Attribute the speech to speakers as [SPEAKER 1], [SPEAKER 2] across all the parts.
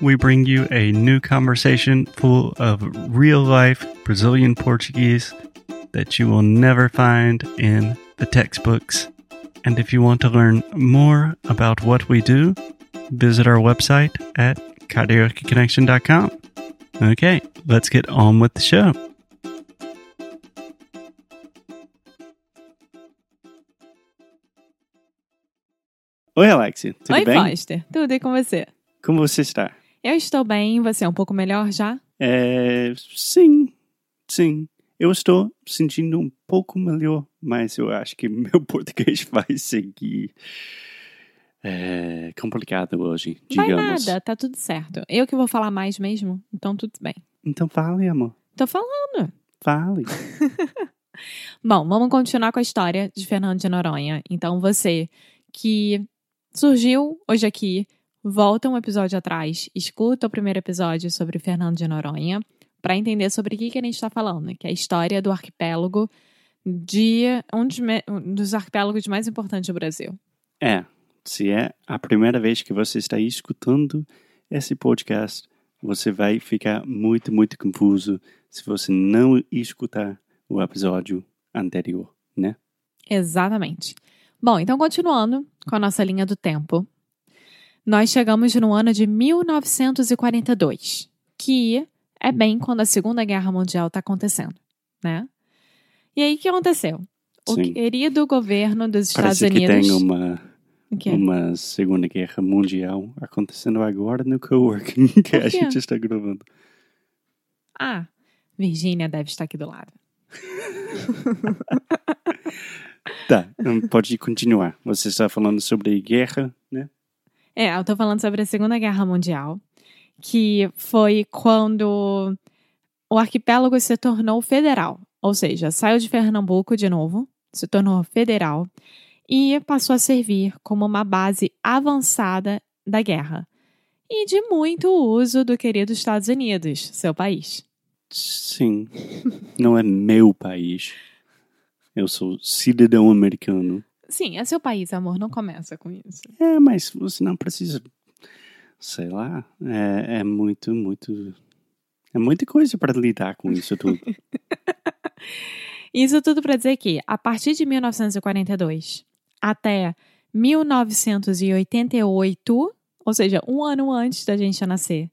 [SPEAKER 1] we bring you a new conversation full of real life Brazilian Portuguese that you will never find in the textbooks. And if you want to learn more about what we do, visit our website at cariocaconnection.com. Okay, let's get on with the show. Oi, Alexia. Tudo
[SPEAKER 2] oi,
[SPEAKER 1] bem?
[SPEAKER 2] Foster. Tudo e com você?
[SPEAKER 1] Como você está?
[SPEAKER 2] Eu estou bem, você é um pouco melhor já?
[SPEAKER 1] É, sim, sim. Eu estou sentindo um pouco melhor, mas eu acho que meu português vai seguir é, complicado hoje,
[SPEAKER 2] Vai
[SPEAKER 1] digamos.
[SPEAKER 2] nada, tá tudo certo. Eu que vou falar mais mesmo, então tudo bem.
[SPEAKER 1] Então fale, amor.
[SPEAKER 2] Tô falando.
[SPEAKER 1] Fale.
[SPEAKER 2] Bom, vamos continuar com a história de Fernando de Noronha. Então você que surgiu hoje aqui, volta um episódio atrás, escuta o primeiro episódio sobre Fernando de Noronha para entender sobre o que, que a gente está falando, que é a história do arquipélago de um dos, me- um dos arquipélagos mais importantes do Brasil.
[SPEAKER 1] É, se é a primeira vez que você está escutando esse podcast, você vai ficar muito, muito confuso se você não escutar o episódio anterior, né?
[SPEAKER 2] Exatamente. Bom, então continuando com a nossa linha do tempo, nós chegamos no ano de 1942, que é bem quando a Segunda Guerra Mundial está acontecendo, né? E aí o que aconteceu? O
[SPEAKER 1] Sim.
[SPEAKER 2] querido governo dos Estados
[SPEAKER 1] Parece que
[SPEAKER 2] Unidos.
[SPEAKER 1] tem um uma
[SPEAKER 2] O quê?
[SPEAKER 1] uma Segunda Guerra Mundial acontecendo agora no coworking que
[SPEAKER 2] Por quê?
[SPEAKER 1] a gente está gravando.
[SPEAKER 2] Ah, Virgínia deve estar aqui do lado.
[SPEAKER 1] Tá, hum, pode continuar. Você está falando sobre guerra, né?
[SPEAKER 2] É, eu tô falando sobre a Segunda Guerra Mundial, que foi quando o arquipélago se tornou federal, ou seja, saiu de Pernambuco de novo, se tornou federal e passou a servir como uma base avançada da guerra e de muito uso do querido Estados Unidos, seu país.
[SPEAKER 1] Sim. Não é meu país. Eu sou cidadão americano.
[SPEAKER 2] Sim, é seu país, amor, não começa com isso.
[SPEAKER 1] É, mas você não precisa. Sei lá. É, é muito, muito. É muita coisa para lidar com isso tudo.
[SPEAKER 2] Isso tudo para dizer que, a partir de 1942 até 1988, ou seja, um ano antes da gente nascer,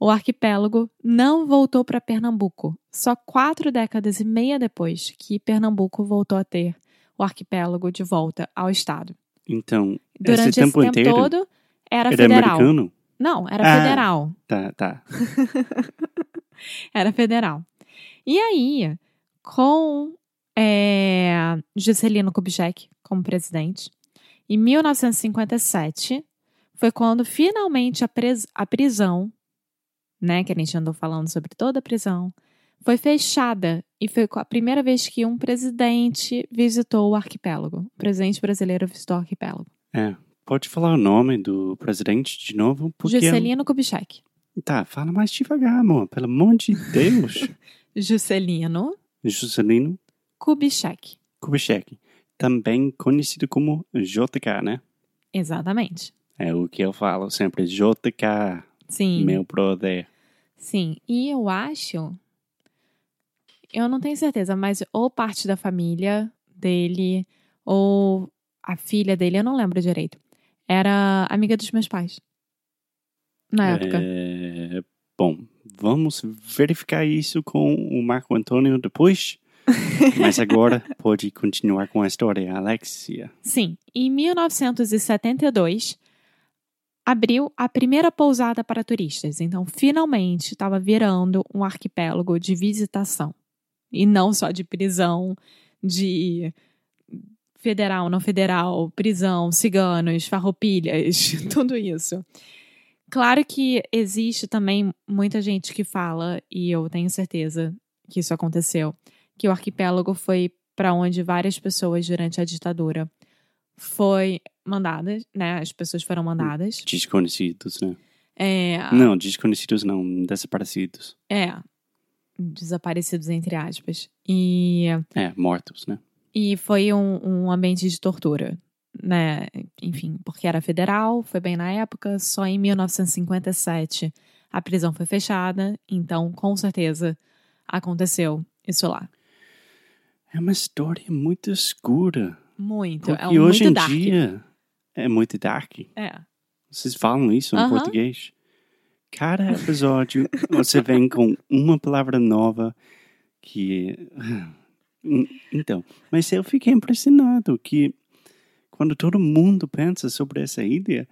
[SPEAKER 2] o arquipélago não voltou para Pernambuco. Só quatro décadas e meia depois que Pernambuco voltou a ter o arquipélago de volta ao estado.
[SPEAKER 1] Então,
[SPEAKER 2] Durante esse tempo,
[SPEAKER 1] tempo inteiro,
[SPEAKER 2] todo, era
[SPEAKER 1] ele é
[SPEAKER 2] federal.
[SPEAKER 1] americano?
[SPEAKER 2] Não, era
[SPEAKER 1] Ah.
[SPEAKER 2] federal.
[SPEAKER 1] Tá, tá.
[SPEAKER 2] Era federal. E aí, com é, Juscelino Kubitschek como presidente, em 1957, foi quando finalmente a, pres- a prisão, né, que a gente andou falando sobre toda a prisão, foi fechada e foi a primeira vez que um presidente visitou o arquipélago. O presidente brasileiro visitou o arquipélago.
[SPEAKER 1] Pode falar o nome do presidente de novo? Porque
[SPEAKER 2] Juscelino Kubitschek.
[SPEAKER 1] Tá, fala mais devagar, amor. Pelo amor de Deus.
[SPEAKER 2] Juscelino
[SPEAKER 1] Juscelino
[SPEAKER 2] Kubitschek.
[SPEAKER 1] Kubitschek. Também conhecido como JK, né?
[SPEAKER 2] Exatamente.
[SPEAKER 1] É o que eu falo sempre. JK,
[SPEAKER 2] Sim.
[SPEAKER 1] meu brother.
[SPEAKER 2] Sim, e eu acho. Eu não tenho certeza, mas ou parte da família dele, ou a filha dele, eu não lembro direito. Era amiga dos meus pais. Na época.
[SPEAKER 1] É, Bom, vamos verificar isso com o Marco Antônio depois. Mas agora pode continuar com a história, Alexia.
[SPEAKER 2] Sim, em 1972, abriu a primeira pousada para turistas. Então, finalmente, estava virando um arquipélago de visitação. E não só de prisão, de federal, não federal, prisão, ciganos, farroupilhas, tudo isso. Claro que existe também muita gente que fala, e eu tenho certeza que isso aconteceu, que o arquipélago foi para onde várias pessoas durante a ditadura foi mandadas, né? As pessoas foram mandadas.
[SPEAKER 1] Desconhecidos, né?
[SPEAKER 2] É,
[SPEAKER 1] Não, desconhecidos não, desaparecidos.
[SPEAKER 2] é, desaparecidos entre aspas. E
[SPEAKER 1] É, mortos, né?
[SPEAKER 2] E foi um, um ambiente de tortura, né? Enfim, porque era federal, foi bem na época, só em 1957 a prisão foi fechada, então com certeza aconteceu isso lá.
[SPEAKER 1] É uma história muito escura.
[SPEAKER 2] Muito,
[SPEAKER 1] Porque
[SPEAKER 2] é um
[SPEAKER 1] hoje
[SPEAKER 2] muito
[SPEAKER 1] em
[SPEAKER 2] dark.
[SPEAKER 1] dia é muito dark.
[SPEAKER 2] É.
[SPEAKER 1] Vocês falam isso em
[SPEAKER 2] Aham.
[SPEAKER 1] português? Cada episódio você vem com uma palavra nova que. Então, mas eu fiquei impressionado que quando todo mundo pensa sobre essa ilha,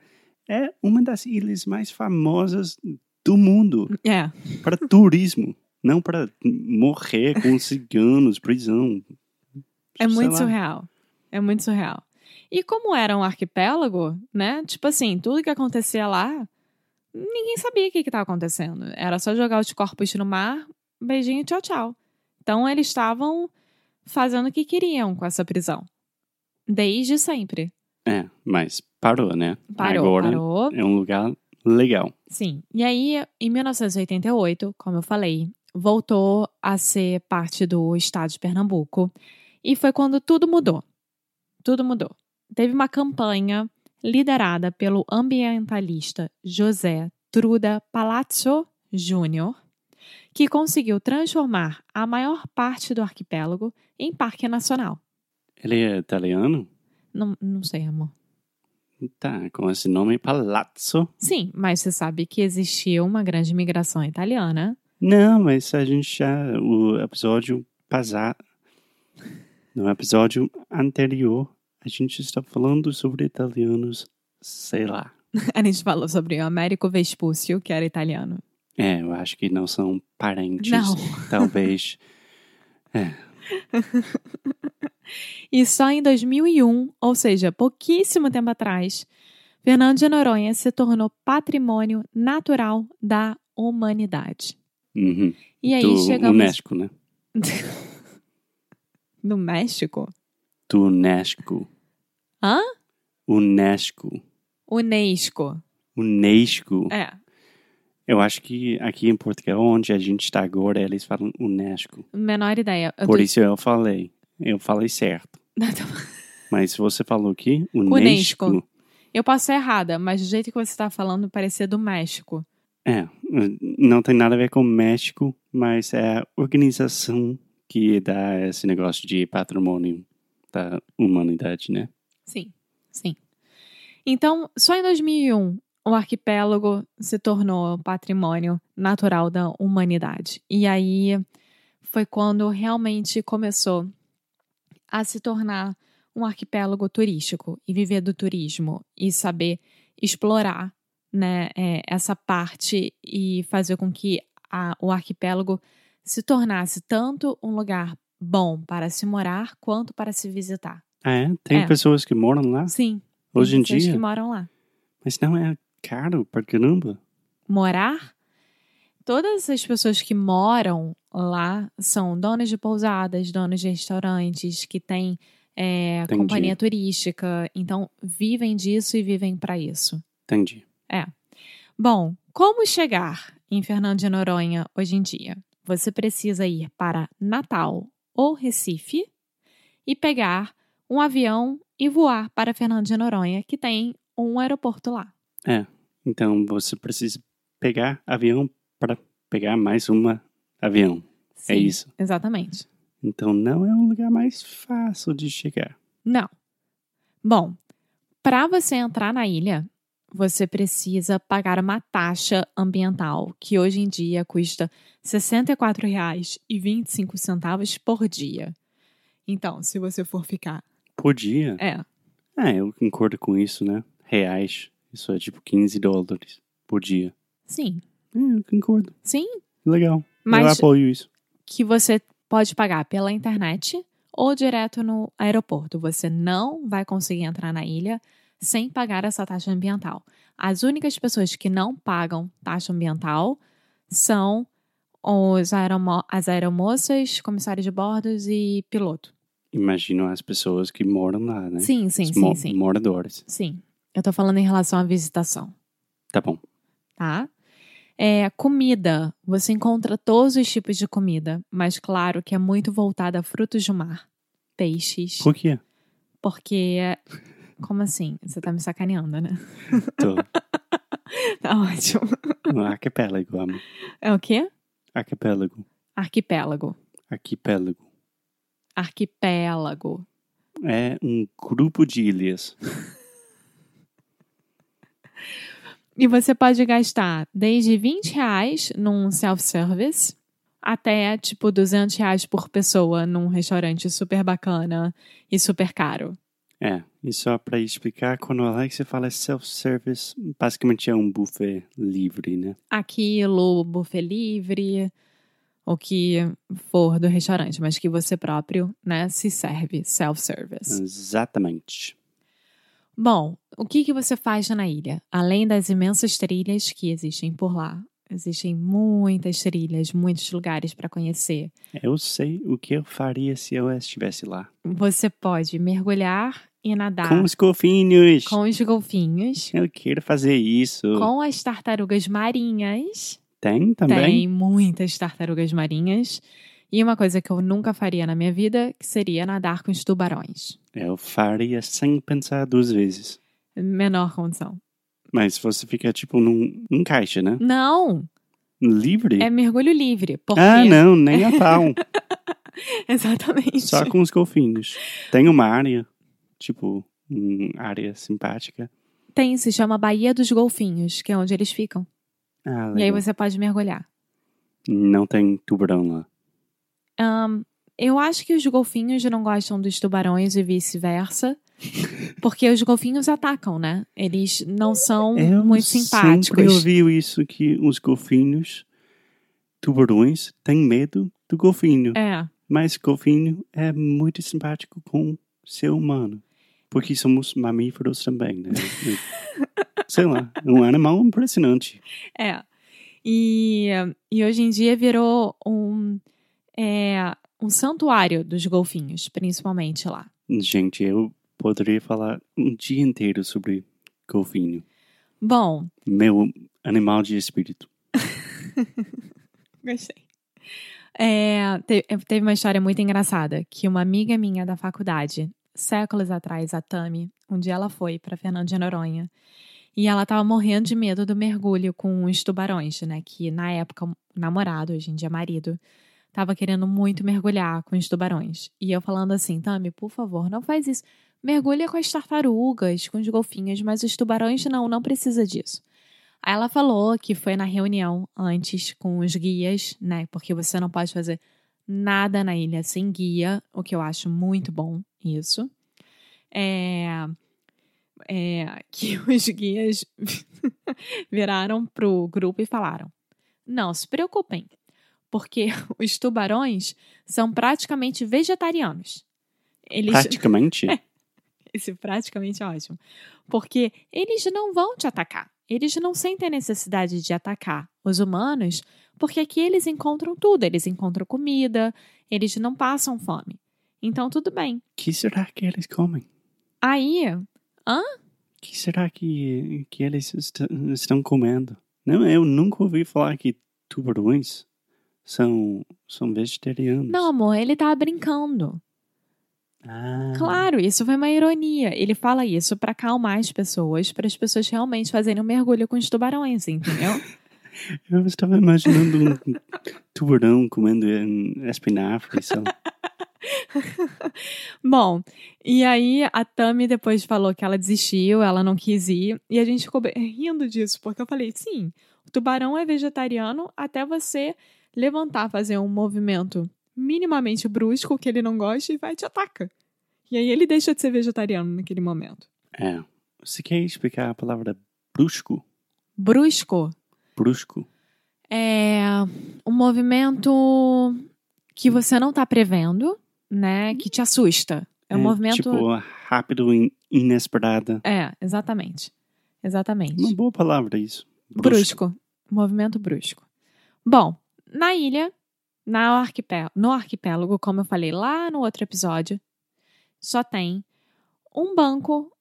[SPEAKER 1] é uma das ilhas mais famosas do mundo
[SPEAKER 2] É,
[SPEAKER 1] para turismo, não para morrer com ciganos, prisão.
[SPEAKER 2] é
[SPEAKER 1] sei
[SPEAKER 2] muito
[SPEAKER 1] lá.
[SPEAKER 2] surreal. É muito surreal. E como era um arquipélago, né? Tipo assim, tudo que acontecia lá, ninguém sabia o que estava acontecendo. Era só jogar os corpos no mar, beijinho, tchau, tchau. Então eles estavam fazendo o que queriam com essa prisão. Desde sempre.
[SPEAKER 1] É, mas parou, né?
[SPEAKER 2] Parou,
[SPEAKER 1] Agora
[SPEAKER 2] parou.
[SPEAKER 1] é um lugar legal.
[SPEAKER 2] Sim. E aí, em 1988, como eu falei, voltou a ser parte do estado de Pernambuco. E foi quando tudo mudou. Tudo mudou. Teve uma campanha liderada pelo ambientalista José Truda Palazzo Júnior, que conseguiu transformar a maior parte do arquipélago em parque nacional.
[SPEAKER 1] Ele é italiano?
[SPEAKER 2] Não, não sei, amor.
[SPEAKER 1] Tá, com esse nome Palazzo.
[SPEAKER 2] Sim, mas você sabe que existiu uma grande migração italiana.
[SPEAKER 1] Não, mas a gente já. O episódio passado. No episódio anterior, a gente está falando sobre italianos, sei lá.
[SPEAKER 2] A gente falou sobre o Américo Vespúcio, que era italiano.
[SPEAKER 1] É, eu acho que não são parentes.
[SPEAKER 2] Não.
[SPEAKER 1] Talvez.
[SPEAKER 2] E só em 2001, ou seja, pouquíssimo tempo atrás, Fernando de Noronha se tornou patrimônio natural da humanidade.
[SPEAKER 1] Uhum.
[SPEAKER 2] E aí
[SPEAKER 1] Do
[SPEAKER 2] chegamos
[SPEAKER 1] Unesco, né?
[SPEAKER 2] no México,
[SPEAKER 1] Do Unesco.
[SPEAKER 2] Hã?
[SPEAKER 1] Unesco.
[SPEAKER 2] UNESCO.
[SPEAKER 1] Unesco.
[SPEAKER 2] É,
[SPEAKER 1] Eu acho que aqui em Portugal, onde a gente está agora, eles falam Unesco.
[SPEAKER 2] menor ideia. Eu
[SPEAKER 1] Por
[SPEAKER 2] tô-
[SPEAKER 1] isso eu falei. Eu falei certo. Mas você falou que
[SPEAKER 2] Unesco.
[SPEAKER 1] Unesco.
[SPEAKER 2] Eu posso ser errada, mas do jeito que você está falando parecia do México.
[SPEAKER 1] É, não tem nada a ver com México, mas é a organização que dá esse negócio de patrimônio da humanidade, né?
[SPEAKER 2] Sim, sim. Então, só em 2001, o arquipélago se tornou um patrimônio natural da humanidade. E aí foi quando realmente começou a se tornar um arquipélago turístico e viver do turismo e saber explorar né, é, essa parte e fazer com que a- o arquipélago se tornasse tanto um lugar bom para se morar quanto para se visitar.
[SPEAKER 1] Ah, é? Tem
[SPEAKER 2] É.
[SPEAKER 1] pessoas que moram lá
[SPEAKER 2] Sim, tem
[SPEAKER 1] hoje em
[SPEAKER 2] pessoas
[SPEAKER 1] dia,
[SPEAKER 2] que moram lá.
[SPEAKER 1] mas não é caro pra caramba.
[SPEAKER 2] Morar? Todas as pessoas que moram lá são donas de pousadas, donas de restaurantes, que têm é,
[SPEAKER 1] Entendi.
[SPEAKER 2] companhia turística. Então, vivem disso e vivem para isso.
[SPEAKER 1] Entendi.
[SPEAKER 2] Bom, como chegar em Fernando de Noronha hoje em dia? Você precisa ir para Natal ou Recife e pegar um avião e voar para Fernando de Noronha, que tem um aeroporto lá.
[SPEAKER 1] Então você precisa pegar avião para pegar mais uma avião. É
[SPEAKER 2] Sim,
[SPEAKER 1] isso.
[SPEAKER 2] Exatamente.
[SPEAKER 1] Então não é um lugar mais fácil de chegar.
[SPEAKER 2] Não. Bom, para você entrar na ilha, você precisa pagar uma taxa ambiental, que hoje em dia custa R$ 64,25 por dia. Então, se você for ficar.
[SPEAKER 1] Podia.
[SPEAKER 2] É,
[SPEAKER 1] Ah, eu concordo com isso, né? Reais. Isso é tipo 15 dólares por dia.
[SPEAKER 2] sim.
[SPEAKER 1] É, eu concordo.
[SPEAKER 2] Sim,
[SPEAKER 1] Legal. Eu
[SPEAKER 2] mas
[SPEAKER 1] apoio isso.
[SPEAKER 2] que você pode pagar pela internet ou direto no aeroporto. Você não vai conseguir entrar na ilha sem pagar essa taxa ambiental. As únicas pessoas que não pagam taxa ambiental são os aeromo as aeromoças, comissários de bordos e piloto.
[SPEAKER 1] Imagino as pessoas que moram lá, né?
[SPEAKER 2] Sim, sim,
[SPEAKER 1] Os
[SPEAKER 2] sim,
[SPEAKER 1] mo-
[SPEAKER 2] sim.
[SPEAKER 1] Moradores.
[SPEAKER 2] Sim. Eu tô falando em relação à visitação,
[SPEAKER 1] Tá bom.
[SPEAKER 2] tá? É, comida. Você encontra todos os tipos de comida, mas claro que é muito voltada a frutos do mar, peixes.
[SPEAKER 1] Por quê?
[SPEAKER 2] Porque. é, Como assim? Você tá me sacaneando, né?
[SPEAKER 1] Tô.
[SPEAKER 2] Tá ótimo.
[SPEAKER 1] No arquipélago, amo.
[SPEAKER 2] É o quê?
[SPEAKER 1] Arquipélago.
[SPEAKER 2] Arquipélago.
[SPEAKER 1] Arquipélago.
[SPEAKER 2] Arquipélago.
[SPEAKER 1] É um grupo de ilhas.
[SPEAKER 2] E você pode gastar desde 20 reais num self-service até tipo 200 reais por pessoa num restaurante super bacana e super caro.
[SPEAKER 1] É, e só pra explicar, quando a Alexa fala self-service, basicamente é um buffet livre, né?
[SPEAKER 2] Aquilo, buffet livre, o que for do restaurante, mas que você próprio né, se serve, self-service.
[SPEAKER 1] Hum. Exatamente.
[SPEAKER 2] Bom, o que, que você faz na ilha? Além das imensas trilhas que existem por lá, existem muitas trilhas, muitos lugares para conhecer.
[SPEAKER 1] Eu sei o que eu faria se eu estivesse lá.
[SPEAKER 2] Você pode mergulhar e nadar
[SPEAKER 1] Com os golfinhos!
[SPEAKER 2] Tá. com os golfinhos,
[SPEAKER 1] Eu quero fazer isso.
[SPEAKER 2] com as tartarugas marinhas.
[SPEAKER 1] Tem também?
[SPEAKER 2] Tem muitas tartarugas marinhas. E uma coisa que eu nunca faria na minha vida, que seria nadar com os tubarões.
[SPEAKER 1] Eu faria sem pensar duas vezes.
[SPEAKER 2] Menor condição.
[SPEAKER 1] Mas você fica, tipo, num, num caixa, né?
[SPEAKER 2] Não,
[SPEAKER 1] Livre?
[SPEAKER 2] é mergulho livre. Porque...
[SPEAKER 1] ah, não, nem a pau.
[SPEAKER 2] Exatamente.
[SPEAKER 1] Só com os golfinhos. Tem uma área, tipo, uma área simpática.
[SPEAKER 2] Tem, se chama Baía dos Golfinhos, que é onde eles ficam.
[SPEAKER 1] Ah,
[SPEAKER 2] E aí
[SPEAKER 1] legal.
[SPEAKER 2] você pode mergulhar.
[SPEAKER 1] Não tem tubarão lá.
[SPEAKER 2] Ahn, eu acho que os golfinhos não gostam dos tubarões e vice-versa. Porque os golfinhos atacam, né? Eles não são
[SPEAKER 1] Eu
[SPEAKER 2] muito
[SPEAKER 1] sempre
[SPEAKER 2] simpáticos.
[SPEAKER 1] ouvi isso, que os golfinhos, tubarões, têm medo do golfinho.
[SPEAKER 2] É,
[SPEAKER 1] Mas golfinho é muito simpático com o ser humano. Porque somos mamíferos também, né? Sei lá, um animal impressionante.
[SPEAKER 2] é. E, e hoje em dia virou um, é, um santuário dos golfinhos, principalmente lá.
[SPEAKER 1] Gente, eu poderia falar um dia inteiro sobre golfinho.
[SPEAKER 2] Bom,
[SPEAKER 1] Meu animal de espírito.
[SPEAKER 2] Gostei. É, te- teve uma história muito engraçada que uma amiga minha da faculdade, séculos atrás, a Tami, um dia ela foi para Fernando de Noronha e ela tava morrendo de medo do mergulho com os tubarões, né? Que na época, o namorado, hoje em dia marido, tava querendo muito mergulhar com os tubarões. E eu falando assim, Tami, por favor, não faz isso. Mergulha com as tartarugas, com os golfinhos, mas os tubarões não, não precisa disso. Aí ela falou que foi na reunião antes com os guias, né? Porque você não pode fazer nada na ilha sem guia, o que eu acho muito bom isso. É, é, que os guias viraram pro grupo e falaram: não se preocupem, porque os tubarões são praticamente vegetarianos. Eles,
[SPEAKER 1] Praticamente.
[SPEAKER 2] É. esse praticamente é ótimo. Porque eles não vão te atacar. Eles não sentem a necessidade de atacar os humanos, porque aqui eles encontram tudo. Eles encontram comida, eles não passam fome. Então, tudo bem.
[SPEAKER 1] que será que eles comem?
[SPEAKER 2] Aí,
[SPEAKER 1] que será que, que eles est- estão comendo? Não, eu nunca ouvi falar que tubarões são, são vegetarianos.
[SPEAKER 2] não, amor, ele tava brincando.
[SPEAKER 1] Ah,
[SPEAKER 2] Claro, isso foi uma ironia. Ele fala isso pra acalmar as pessoas, para as pessoas realmente fazerem um mergulho com os tubarões, entendeu?
[SPEAKER 1] Eu estava imaginando um tubarão comendo hum, espinafre. sei lá.
[SPEAKER 2] Bom, e aí a Tami depois falou que ela desistiu, ela não quis ir, e a gente ficou be- rindo disso, porque eu falei, sim, o tubarão é vegetariano até você levantar, fazer um movimento minimamente brusco que ele não gosta e vai e te ataca. E aí ele deixa de ser vegetariano naquele momento.
[SPEAKER 1] É. Você quer explicar a palavra brusco?
[SPEAKER 2] Brusco
[SPEAKER 1] Brusco.
[SPEAKER 2] é um movimento que você não tá prevendo, né, que te assusta. É um movimento...
[SPEAKER 1] Tipo, rápido e inesperada.
[SPEAKER 2] É, exatamente. Exatamente.
[SPEAKER 1] Uma boa palavra isso.
[SPEAKER 2] Brusco. Movimento brusco. Bom, na ilha, na arquipé- no arquipélago, como eu falei lá no outro episódio, só tem um banco,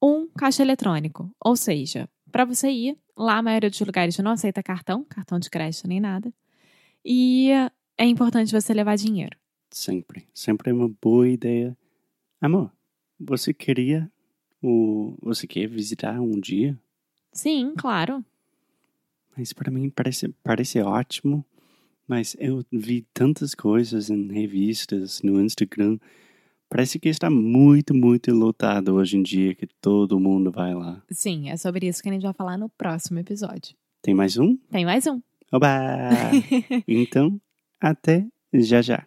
[SPEAKER 2] um caixa eletrônico. Ou seja, para você ir, lá a maioria dos lugares não aceita cartão, cartão de crédito nem nada. E é importante você levar dinheiro.
[SPEAKER 3] Sempre. Sempre é uma boa ideia. Amor, você queria. O, você quer visitar um dia?
[SPEAKER 2] Sim, claro.
[SPEAKER 3] Mas para mim parece, parece ótimo. Mas eu vi tantas coisas em revistas, no Instagram. Parece que está muito, muito lotado hoje em dia, que todo mundo vai lá.
[SPEAKER 2] Sim, é sobre isso que a gente vai falar no próximo episódio.
[SPEAKER 3] Tem mais um?
[SPEAKER 2] Tem mais um.
[SPEAKER 3] Oba! então, até já já.